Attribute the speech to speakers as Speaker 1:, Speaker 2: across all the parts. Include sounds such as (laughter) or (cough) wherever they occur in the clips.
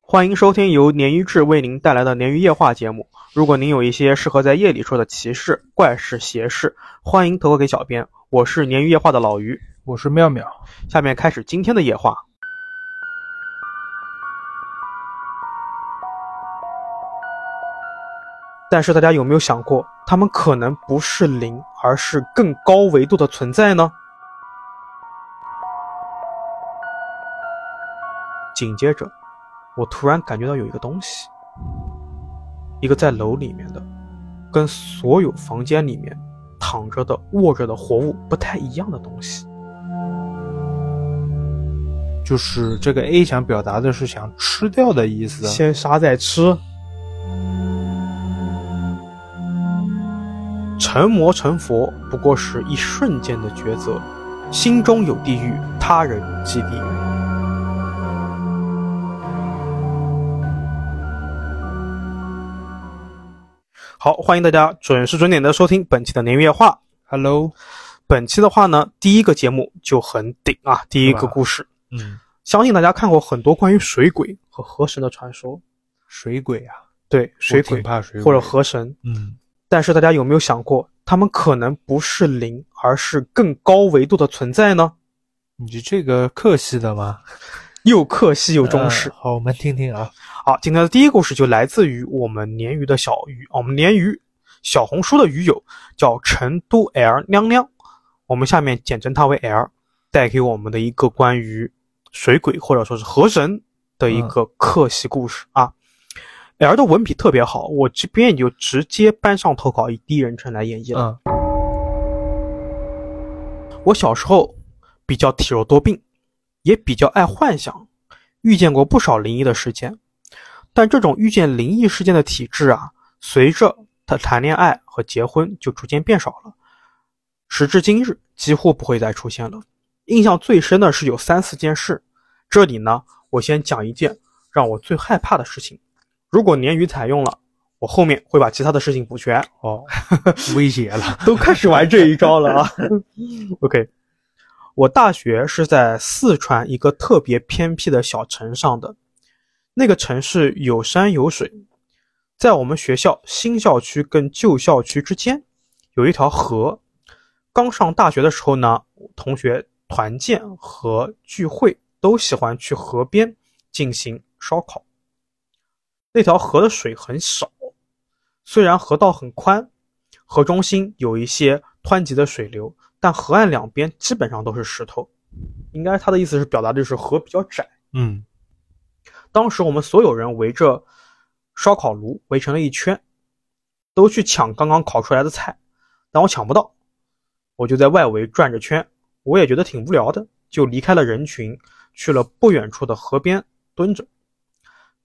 Speaker 1: 欢迎收听由鲶鱼志为您带来的鲶鱼夜话节目。如果您有一些适合在夜里说的奇事、怪事、邪事，欢迎投稿给小编。我是鲶鱼夜话的老鱼，
Speaker 2: 我是妙妙。
Speaker 1: 下面开始今天的夜话。但是大家有没有想过，他们可能不是零，而是更高维度的存在呢？紧接着，我突然感觉到有一个东西，一个在楼里面的，跟所有房间里面躺着的、卧着的活物不太一样的东西。
Speaker 2: 就是这个 A 想表达的是想吃掉的意思。
Speaker 1: 先杀再吃，成魔成佛不过是一瞬间的抉择，心中有地狱，他人即地狱。好，欢迎大家准时准点的收听本期的年月话。
Speaker 2: Hello，
Speaker 1: 本期的话呢，第一个节目就很顶啊，第一个故事，
Speaker 2: 嗯，
Speaker 1: 相信大家看过很多关于水鬼和河神的传说，
Speaker 2: 水鬼啊，
Speaker 1: 对水
Speaker 2: 我挺
Speaker 1: 鬼
Speaker 2: 怕水鬼
Speaker 1: 或者河神，
Speaker 2: 嗯，
Speaker 1: 但是大家有没有想过，他们可能不是灵，而是更高维度的存在呢？
Speaker 2: 你这个客气的吗？
Speaker 1: 又客西又中式。
Speaker 2: 呃好，我们听听啊。
Speaker 1: 好，今天的第一个故事就来自于我们鲶鱼的小鱼，哦我们鲶鱼小红书的鱼友叫成都 L 亮亮，我们下面简称他为 L，带给我们的一个关于水鬼或者说是河神的一
Speaker 2: 嗯
Speaker 1: 个客席故事啊。L 的文笔特别好，我这边也就直接搬上投稿，以第一人称来演绎了。
Speaker 2: 嗯
Speaker 1: 我小时候比较体弱多病，也比较爱幻想，遇见过不少灵异的事件。但这种遇见灵异事件的体质啊，随着他谈恋爱和结婚就逐渐变少了，时至今日几乎不会再出现了。印象最深的是有三四件事，这里呢，我先讲一件让我最害怕的事情。如果鲶鱼采用了，我后面会把其他的事情补全。
Speaker 2: 哦， (laughs) 威胁了。
Speaker 1: (laughs) 都开始玩这一招了啊。OK，我大学是在四川一个特别偏僻的小城上的，那个城市有山有水，在我们学校新校区跟旧校区之间有一条河。刚上大学的时候呢，同学团建和聚会都喜欢去河边进行烧烤。那条河的水很少，虽然河道很宽，河中心有一些湍急的水流，但河岸两边基本上都是石头。应该他的意思是表达的就是河比较窄。
Speaker 2: 嗯
Speaker 1: 当时我们所有人围着烧烤炉围成了一圈，都去抢刚刚烤出来的菜，但我抢不到，我就在外围转着圈，我也觉得挺无聊的，就离开了人群，去了不远处的河边蹲着。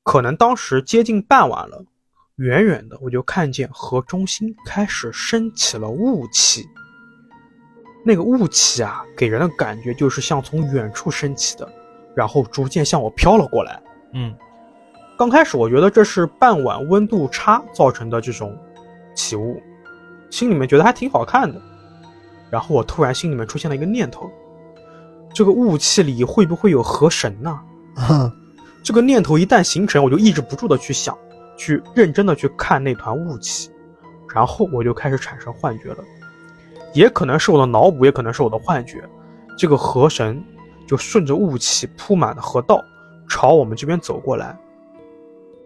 Speaker 1: 可能当时接近傍晚了，远远的我就看见河中心开始升起了雾气。那个雾气啊，给人的感觉就是像从远处升起的，然后逐渐向我飘了过来。
Speaker 2: 嗯
Speaker 1: 刚开始我觉得这是傍晚温度差造成的这种起雾，心里面觉得还挺好看的。然后我突然心里面出现了一个念头：这个雾气里会不会有河神呢、
Speaker 2: 嗯
Speaker 1: 这个念头一旦形成，我就抑制不住的去想，去认真的去看那团雾气，然后我就开始产生幻觉了，也可能是我的脑补，也可能是我的幻觉。这个河神就顺着雾气铺满的河道，朝我们这边走过来。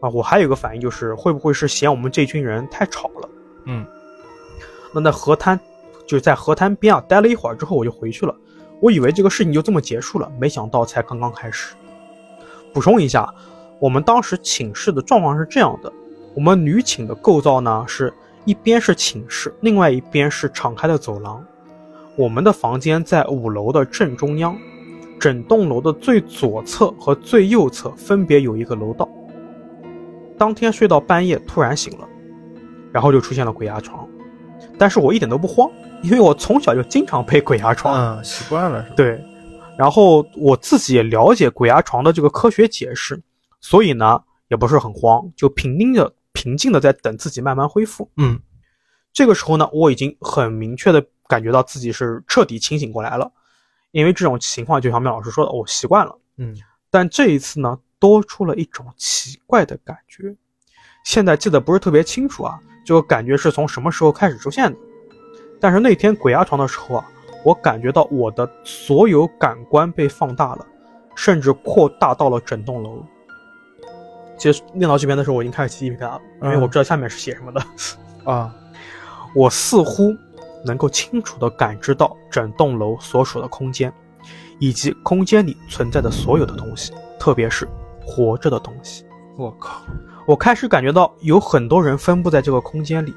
Speaker 1: 啊，我还有一个反应就是，会不会是嫌我们这群人太吵了？
Speaker 2: 嗯
Speaker 1: 那在河滩，就是在河滩边啊待了一会儿之后，我就回去了。我以为这个事情就这么结束了，没想到才刚刚开始。补充一下，我们当时寝室的状况是这样的：我们女寝的构造呢是一边是寝室，另外一边是敞开的走廊。我们的房间在五楼的正中央，整栋楼的最左侧和最右侧分别有一个楼道。当天睡到半夜，突然醒了，然后就出现了鬼压床。但是我一点都不慌，因为我从小就经常被鬼压床。
Speaker 2: 嗯，习惯了是吧？
Speaker 1: 对，然后我自己也了解鬼压床的这个科学解释，所以呢也不是很慌，就平静的平静的在等自己慢慢恢复。
Speaker 2: 嗯
Speaker 1: 这个时候呢，我已经很明确的感觉到自己是彻底清醒过来了，因为这种情况就像妙老师说的，我习惯了。
Speaker 2: 嗯
Speaker 1: 但这一次呢，多出了一种奇怪的感觉。现在记得不是特别清楚啊，这个感觉是从什么时候开始出现的？但是那天鬼压床的时候啊，我感觉到我的所有感官被放大了，甚至扩大到了整栋楼。其实念到这边的时候，我已经开始起鸡皮疙瘩了，因为
Speaker 2: 嗯
Speaker 1: 我知道下面是写什么的。
Speaker 2: 啊，
Speaker 1: 我似乎能够清楚地感知到整栋楼所属的空间，以及空间里存在的所有的东西，特别是活着的东西。
Speaker 2: 我靠，
Speaker 1: 我开始感觉到有很多人分布在这个空间里，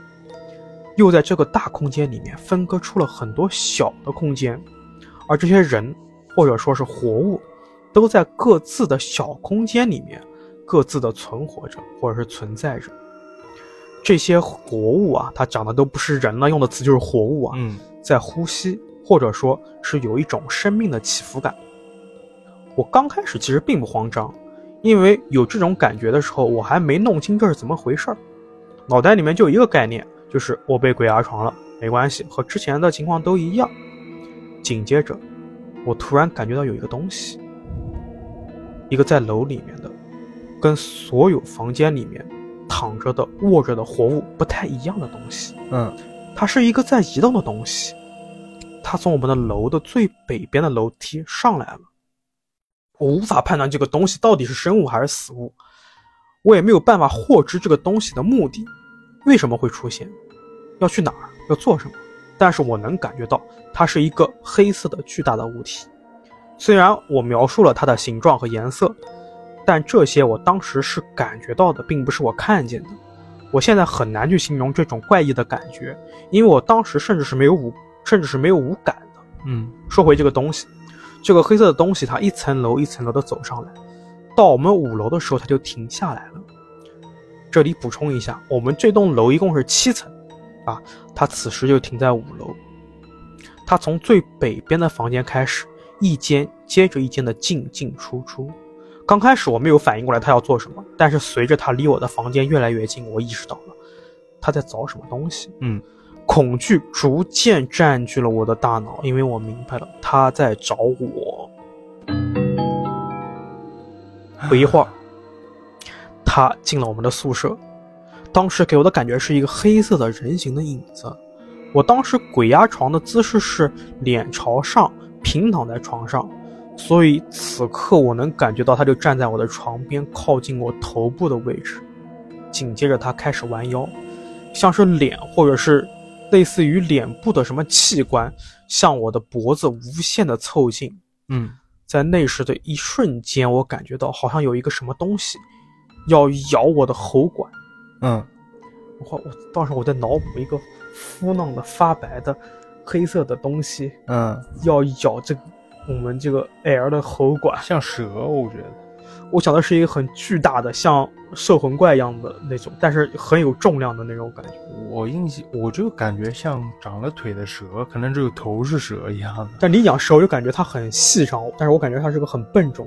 Speaker 1: 又在这个大空间里面分割出了很多小的空间，而这些人或者说是活物，都在各自的小空间里面各自的存活着或者是存在着。这些活物啊，它长得都不是人了，用的词就是活物啊，
Speaker 2: 嗯，
Speaker 1: 在呼吸，或者说是有一种生命的起伏感。我刚开始其实并不慌张，因为有这种感觉的时候，我还没弄清这是怎么回事儿，脑袋里面就有一个概念，就是我被鬼压床了，没关系，和之前的情况都一样。紧接着，我突然感觉到有一个东西，一个在楼里面的，跟所有房间里面躺着的、卧着的活物不太一样的东西。
Speaker 2: 嗯，
Speaker 1: 它是一个在移动的东西，它从我们的楼的最北边的楼梯上来了。我无法判断这个东西到底是生物还是死物，我也没有办法获知这个东西的目的，为什么会出现，要去哪儿，要做什么。但是我能感觉到，它是一个黑色的巨大的物体。虽然我描述了它的形状和颜色，但这些我当时是感觉到的，并不是我看见的。我现在很难去形容这种怪异的感觉，因为我当时甚至是没有五，甚至是没有五感的。
Speaker 2: 嗯，
Speaker 1: 说回这个东西，这个黑色的东西，它一层楼一层楼的走上来，到我们五楼的时候，它就停下来了。这里补充一下，我们这栋楼一共是七层，啊，它此时就停在五楼。它从最北边的房间开始，一间接着一间的进进出出。刚开始我没有反应过来它要做什么，但是随着它离我的房间越来越近，我意识到了它在找什么东西。
Speaker 2: 嗯，
Speaker 1: 恐惧逐渐占据了我的大脑，因为我明白了他在找我。不一会儿，他进了我们的宿舍。当时给我的感觉是一个黑色的人形的影子。我当时鬼压床的姿势是脸朝上平躺在床上，所以此刻我能感觉到他就站在我的床边，靠近我头部的位置。紧接着他开始弯腰，像是脸或者是类似于脸部的什么器官，向我的脖子无限的凑近。
Speaker 2: 嗯，
Speaker 1: 在那时的一瞬间，我感觉到好像有一个什么东西要咬我的喉管。
Speaker 2: 嗯，
Speaker 1: 我我当时我在脑补一个敷弄的发白的黑色的东西
Speaker 2: 嗯，
Speaker 1: 要咬这个我们这个 air 的喉管。
Speaker 2: 像蛇，我觉得，
Speaker 1: 我想的是一个很巨大的，像摄魂怪一样的那种，但是很有重量的那种感觉。
Speaker 2: 我印象，我就感觉像长了腿的蛇，可能只有头是蛇一样的，
Speaker 1: 但你讲蛇，我就感觉它很细长，但是我感觉它是个很笨重，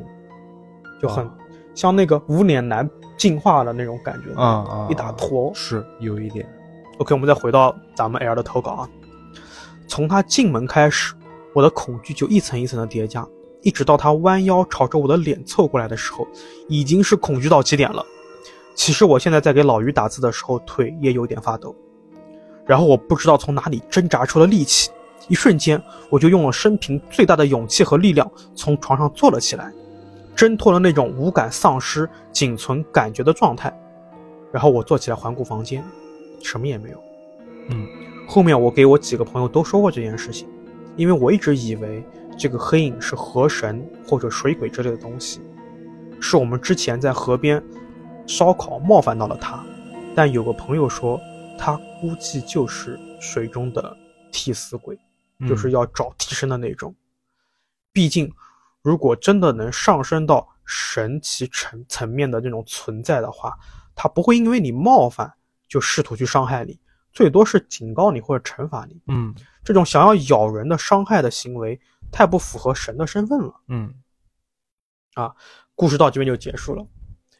Speaker 1: 就很、
Speaker 2: 啊
Speaker 1: 像那个无脸男进化的那种感觉，
Speaker 2: 啊啊，
Speaker 1: 一打
Speaker 2: 啊
Speaker 1: 坨。
Speaker 2: 是有一点，
Speaker 1: OK，我们再回到咱们 L 的投稿啊。从他进门开始，我的恐惧就一层一层的叠加，一直到他弯腰朝着我的脸凑过来的时候，已经是恐惧到极点了。其实我现在在给老于打字的时候，腿也有点发抖。然后我不知道从哪里挣扎出了力气，一瞬间我就用了生平最大的勇气和力量，从床上坐了起来，挣脱了那种无感丧失、仅存感觉的状态。然后我坐起来环顾房间，什么也没有。
Speaker 2: 嗯，
Speaker 1: 后面我给我几个朋友都说过这件事情，因为我一直以为这个黑影是河神或者水鬼之类的东西，是我们之前在河边烧烤冒犯到了他。但有个朋友说，他估计就是水中的替死鬼，
Speaker 2: 嗯
Speaker 1: 就是要找替身的那种。毕竟，如果真的能上升到神奇层层面的这种存在的话，他不会因为你冒犯就试图去伤害你，最多是警告你或者惩罚你。
Speaker 2: 嗯
Speaker 1: 这种想要咬人的伤害的行为，太不符合神的身份了。
Speaker 2: 嗯
Speaker 1: 故事到这边就结束了。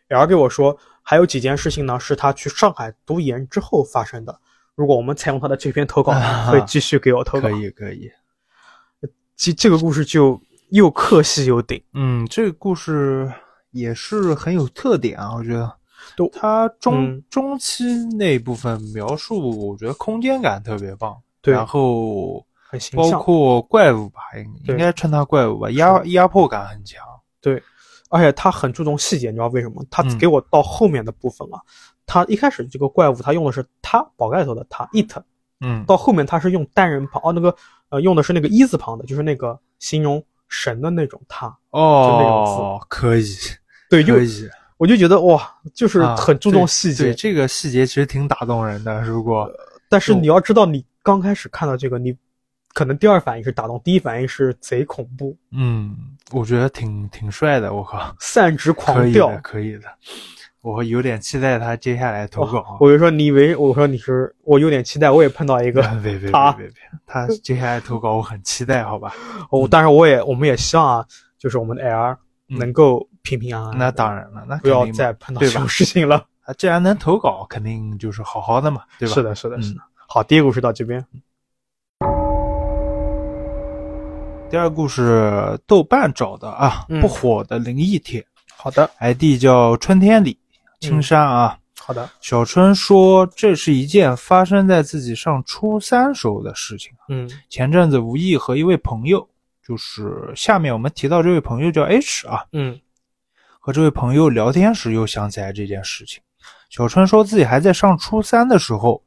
Speaker 1: L 给我说，还有几件事情呢，是他去上海读研之后发生的。如果我们采用他的这篇投
Speaker 2: (laughs)
Speaker 1: 稿，可以继续给我投稿
Speaker 2: 可。以可以，
Speaker 1: 这这个故事就又客气又顶，
Speaker 2: 嗯，这个故事也是很有特点啊，我觉得
Speaker 1: 都。
Speaker 2: 它中、
Speaker 1: 嗯
Speaker 2: 中期那部分描述，我觉得空间感特别棒。
Speaker 1: 对，
Speaker 2: 然后
Speaker 1: 很形
Speaker 2: 包
Speaker 1: 象。
Speaker 2: 括怪物吧，
Speaker 1: 对
Speaker 2: 应该称它怪物吧，压压迫感很强。
Speaker 1: 而且他很注重细节，你知道为什么？他
Speaker 2: 嗯
Speaker 1: 给我到后面的部分啊，他一开始这个怪物他用的是他宝盖头的他 it，
Speaker 2: 嗯，
Speaker 1: 到后面他是用单人旁哦那个呃用的是那个一字旁的，就是那个形容神的那种他。那种
Speaker 2: 哦，可以，
Speaker 1: 对，就
Speaker 2: 可以，
Speaker 1: 我就觉得哇，就是
Speaker 2: 啊
Speaker 1: 很注
Speaker 2: 对
Speaker 1: 重细节。
Speaker 2: 对这个细节其实挺打动人的。如果
Speaker 1: 但是
Speaker 2: 就
Speaker 1: 你要知道，你刚开始看到这个，你可能第二反应是打动，第一反应是贼恐怖，
Speaker 2: 嗯，我觉得挺挺帅的，我靠，
Speaker 1: 散值
Speaker 2: 可
Speaker 1: 狂
Speaker 2: 以
Speaker 1: 掉
Speaker 2: 的，。可以的。我有点期待他接下来投稿啊。
Speaker 1: 哦我就说你以为我说你是，我有点期待，我也碰到一个，
Speaker 2: (laughs) 别别别
Speaker 1: 他
Speaker 2: 别别，他接下来投稿我很期待，好吧？
Speaker 1: 我、但是我也我们也希望啊，就是我们的 L
Speaker 2: 嗯
Speaker 1: 能够平平安安。
Speaker 2: 那当，
Speaker 1: (laughs)
Speaker 2: 然了，那
Speaker 1: 不要
Speaker 2: 肯定嘛
Speaker 1: 再碰到
Speaker 2: 对
Speaker 1: 这
Speaker 2: 吧
Speaker 1: 种事情了。
Speaker 2: 他既然能投稿，肯定就是好好的嘛，对吧？
Speaker 1: 是的，是的，
Speaker 2: 嗯
Speaker 1: 是的。好，第一个故事到这边。
Speaker 2: 第二故事豆瓣找的啊，
Speaker 1: 嗯
Speaker 2: 不火的灵异帖
Speaker 1: 好的，
Speaker 2: ，ID 叫春天里青山啊。
Speaker 1: 好的，
Speaker 2: 小春说，这是一件发生在自己上初三时候的事情。
Speaker 1: 嗯
Speaker 2: 前阵子无意和一位朋友，就是下面我们提到这位朋友叫 H 啊，
Speaker 1: 嗯
Speaker 2: 和这位朋友聊天时又想起来这件事情。小春说自己还在上初三的时候，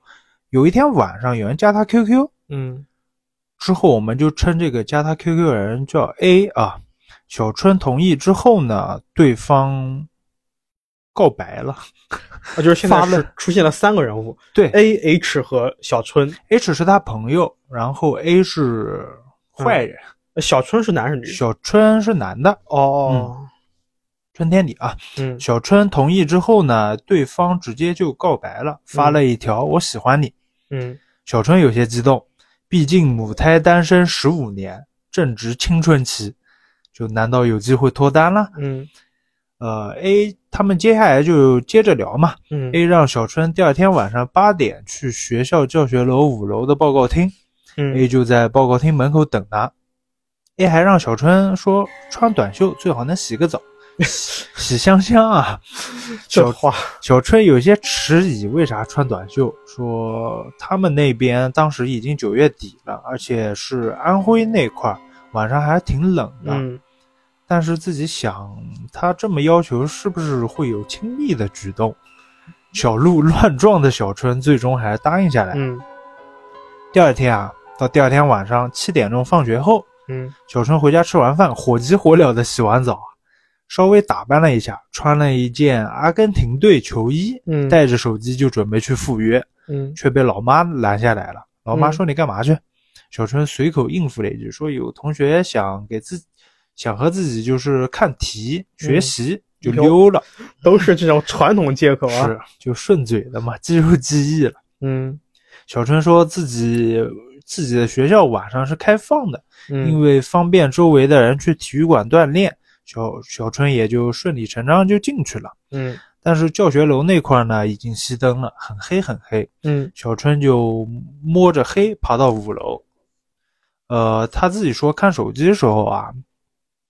Speaker 2: 有一天晚上有人加他 QQ，
Speaker 1: 嗯
Speaker 2: 之后我们就称这个加他 QQ 的人叫 A 啊。小春同意之后呢，对方告白了。
Speaker 1: 啊，就是现在
Speaker 2: 发
Speaker 1: 是出现了三个人物
Speaker 2: 对
Speaker 1: ，A、H 和小春。
Speaker 2: ，H 是他朋友，然后 A 是坏人，
Speaker 1: 呃小春是男是女？
Speaker 2: 小春是男的，
Speaker 1: 哦，
Speaker 2: 春天里啊。
Speaker 1: 嗯
Speaker 2: 小春同意之后呢，对方直接就告白了，发了一条“我喜欢你”。
Speaker 1: 嗯
Speaker 2: 小春有些激动，毕竟母胎单身十五年，正值青春期，就难道有机会脱单了？
Speaker 1: 嗯
Speaker 2: 呃，A 他们接下来就接着聊嘛。
Speaker 1: 嗯
Speaker 2: A 让小春第二天晚上八点去学校教学楼五楼的报告厅，A
Speaker 1: 嗯
Speaker 2: 就在报告厅门口等他。A 还让小春说穿短袖最好能洗个澡， (laughs) 洗洗香香啊。
Speaker 1: 这话，
Speaker 2: 小春有些迟疑，为啥穿短袖？说他们那边当时已经九月底了，而且是安徽那块儿，晚上还挺冷的。
Speaker 1: 嗯
Speaker 2: 但是自己想，他这么要求是不是会有亲密的举动？
Speaker 1: 嗯
Speaker 2: 小鹿乱撞的小春最终还答应下来。
Speaker 1: 嗯
Speaker 2: 第二天啊，到第二天晚上七点钟放学后，
Speaker 1: 嗯
Speaker 2: 小春回家吃完饭，火急火燎的洗完澡，稍微打扮了一下，穿了一件阿根廷队球衣，
Speaker 1: 嗯，
Speaker 2: 带着手机就准备去赴约，
Speaker 1: 嗯
Speaker 2: 却被老妈拦下来了。老妈
Speaker 1: 嗯
Speaker 2: 说：“你干嘛去？”小春随口应付了一句，说：“有同学想给自己，想和自己就是看题学习，
Speaker 1: 嗯
Speaker 2: 就溜了。
Speaker 1: 都是这种传统借口啊。
Speaker 2: 是，就顺嘴的嘛， (laughs) 记住记忆了。
Speaker 1: 嗯
Speaker 2: 小春说自己自己的学校晚上是开放的，因
Speaker 1: 嗯
Speaker 2: 为方便周围的人去体育馆锻炼，小小春也就顺理成章就进去了。
Speaker 1: 嗯
Speaker 2: 但是教学楼那块儿呢，已经熄灯了，很黑很黑。
Speaker 1: 嗯
Speaker 2: 小春就摸着黑爬到五楼。呃，他自己说看手机的时候啊，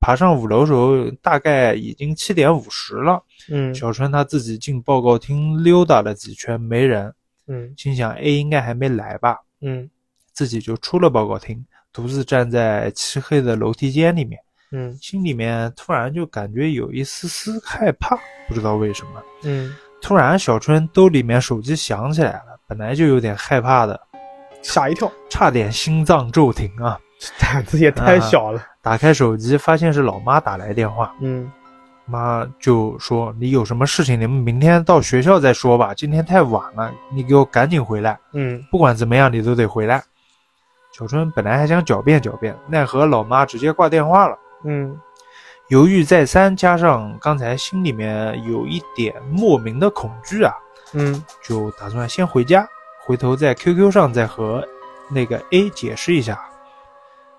Speaker 2: 爬上五楼的时候大概已经七点五十了。
Speaker 1: 嗯
Speaker 2: 小春他自己进报告厅溜达了几圈，没人，
Speaker 1: 嗯
Speaker 2: 心想 A 应该还没来吧，
Speaker 1: 嗯
Speaker 2: 自己就出了报告厅，独自站在漆黑的楼梯间里面，
Speaker 1: 嗯
Speaker 2: 心里面突然就感觉有一丝丝害怕，不知道为什么。
Speaker 1: 嗯，
Speaker 2: 突然，小春兜里面手机响起来了，本来就有点害怕的，
Speaker 1: 吓一跳，
Speaker 2: 差点心脏骤停啊！
Speaker 1: (laughs) 胆子也太小了。
Speaker 2: 打开手机，发现是老妈打来电话，
Speaker 1: 嗯
Speaker 2: 妈就说：“你有什么事情，你们明天到学校再说吧，今天太晚了，你给我赶紧回来，
Speaker 1: 嗯
Speaker 2: 不管怎么样你都得回来。”小春本来还想狡辩狡辩，奈何老妈直接挂电话了。
Speaker 1: 嗯
Speaker 2: 犹豫再三，加上刚才心里面有一点莫名的恐惧啊，
Speaker 1: 嗯
Speaker 2: 就打算先回家，回头在 QQ 上再和那个 A 解释一下。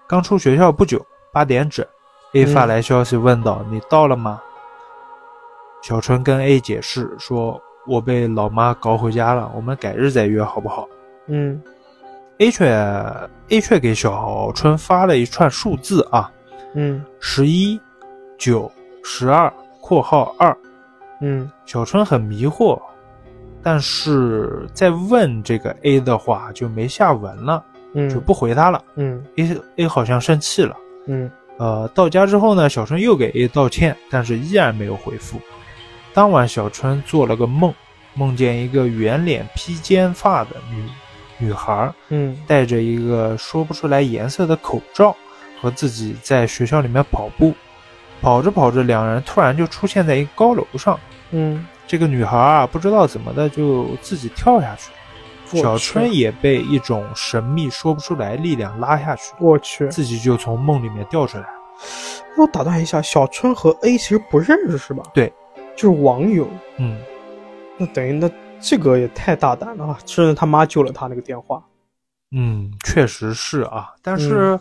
Speaker 2: 刚出学校不久，八点整，A
Speaker 1: 嗯
Speaker 2: 发来消息问道：“你到了吗？”小春跟 A 解释说：“我被老妈搞回家了，我们改日再约好不好
Speaker 1: 嗯
Speaker 2: ？”A 却 A 却给小春发了一串数字啊，
Speaker 1: 嗯
Speaker 2: 十一、九、十二、括号二，
Speaker 1: 嗯
Speaker 2: 小春很迷惑，但是在问这个 A 的话就没下文了，
Speaker 1: 嗯
Speaker 2: 就不回他了。
Speaker 1: 嗯
Speaker 2: A A 好像生气了。
Speaker 1: 嗯
Speaker 2: 呃，到家之后呢，小春又给 A 道歉，但是依然没有回复。当晚，小春做了个梦，梦见一个圆脸披肩发的女女孩儿，
Speaker 1: 嗯
Speaker 2: 戴着一个说不出来颜色的口罩，和自己在学校里面跑步。跑着跑着，两人突然就出现在一个高楼上。
Speaker 1: 嗯，
Speaker 2: 这个女孩啊，不知道怎么的就自己跳下去了。
Speaker 1: 我
Speaker 2: 小
Speaker 1: 去
Speaker 2: 春也被一种神秘说不出来力量拉下去了，
Speaker 1: 我去，
Speaker 2: 自己就从梦里面掉出来。
Speaker 1: 我打断一下，小春和 A 其实不认识是吧？
Speaker 2: 对，
Speaker 1: 就是网友。
Speaker 2: 嗯，
Speaker 1: 那等于那这个也太大胆了啊！甚至他妈救了他那个电话。
Speaker 2: 嗯，确实是啊，但是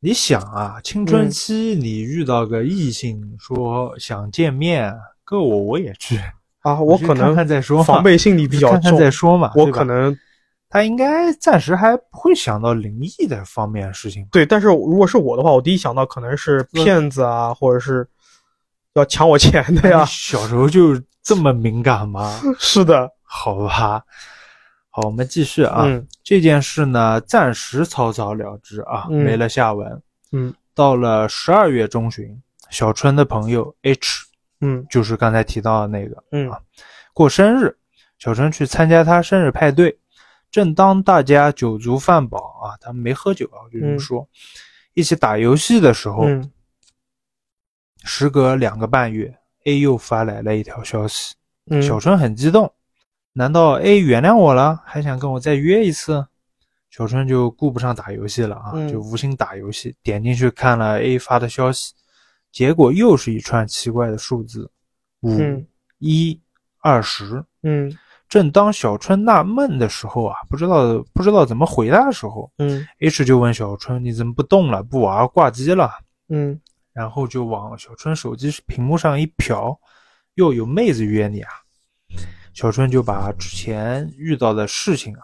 Speaker 2: 你想啊，青春期你遇到个异性说想见面，搁我我也去，
Speaker 1: 啊，我
Speaker 2: 去
Speaker 1: 可能
Speaker 2: 看看再说嘛，
Speaker 1: 防备心理比较
Speaker 2: 看看
Speaker 1: 重，
Speaker 2: 再说嘛，
Speaker 1: 我
Speaker 2: 对吧
Speaker 1: 可能
Speaker 2: 他应该暂时还不会想到灵异的方面的事情，
Speaker 1: 对，但是如果是我的话，我第一想到可能是
Speaker 2: 嗯
Speaker 1: 骗子啊，或者是要抢我钱的呀
Speaker 2: 你。小时候就这么敏感吗？
Speaker 1: (laughs) 是的，
Speaker 2: 好吧，好，我们继续啊，
Speaker 1: 嗯
Speaker 2: 这件事呢，暂时草草了之啊，
Speaker 1: 嗯
Speaker 2: 没了下文。
Speaker 1: 嗯
Speaker 2: 到了十二月中旬，小春的朋友 H。
Speaker 1: 嗯
Speaker 2: 就是刚才提到的那个
Speaker 1: 嗯
Speaker 2: 过生日，小春去参加他生日派对。正当大家酒足饭饱啊，他们没喝酒啊，我就这么
Speaker 1: 嗯
Speaker 2: 说，一起打游戏的时候，
Speaker 1: 嗯
Speaker 2: 时隔两个半月，A 又发来了一条消息，
Speaker 1: 嗯，
Speaker 2: 小春很激动，难道 A 原谅我了，还想跟我再约一次？小春就顾不上打游戏了啊，
Speaker 1: 嗯
Speaker 2: 就无心打游戏，点进去看了 A 发的消息，结果又是一串奇怪的数字，五、
Speaker 1: 嗯
Speaker 2: 一、二十。
Speaker 1: 嗯
Speaker 2: 正当小春纳闷的时候啊，不知道不知道怎么回答的时候
Speaker 1: 嗯
Speaker 2: ，H 就问小春：“你怎么不动了？不玩儿挂机了
Speaker 1: 嗯？”
Speaker 2: 然后就往小春手机屏幕上一瞟，又有妹子约你啊！小春就把之前遇到的事情啊，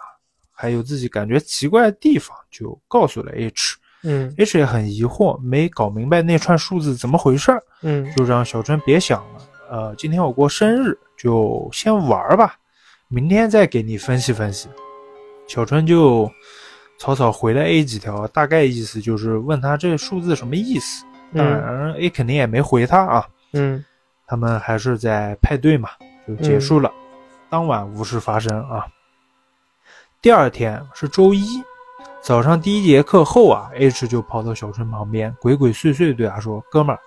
Speaker 2: 还有自己感觉奇怪的地方，就告诉了 H。
Speaker 1: 嗯
Speaker 2: H 也很疑惑，没搞明白那串数字怎么回事儿，
Speaker 1: 嗯
Speaker 2: 就让小春别想了。呃，今天我过生日，就先玩儿吧，明天再给你分析分析。小春就草草回了 A 几条，大概意思就是问他这数字什么意思。当
Speaker 1: 嗯
Speaker 2: 然，A 肯定也没回他啊。
Speaker 1: 嗯
Speaker 2: 他们还是在派对嘛，就结束了。当晚无事发生啊。第二天是周一，早上第一节课后啊，H 就跑到小春旁边，鬼鬼祟祟对他说：“哥们儿，